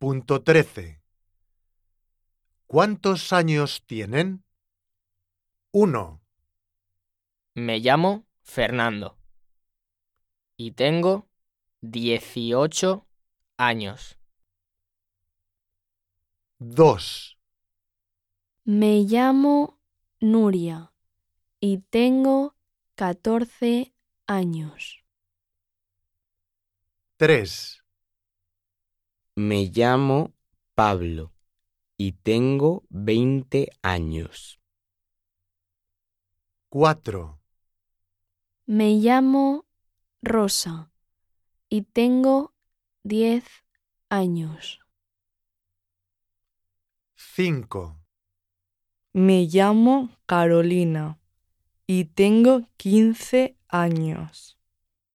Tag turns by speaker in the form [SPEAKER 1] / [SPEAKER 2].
[SPEAKER 1] 2.13 ¿Cuántos años tienen? 1,
[SPEAKER 2] Me llamo Fernando y tengo 18 años.
[SPEAKER 1] 2,
[SPEAKER 3] Me llamo Nuria y tengo 14 años.
[SPEAKER 1] 3,
[SPEAKER 4] Me llamo Pablo y tengo 20 años.
[SPEAKER 1] 4,
[SPEAKER 3] Me llamo Rosa y tengo 10 años.
[SPEAKER 1] 5,
[SPEAKER 5] Me llamo Carolina y tengo 15 años.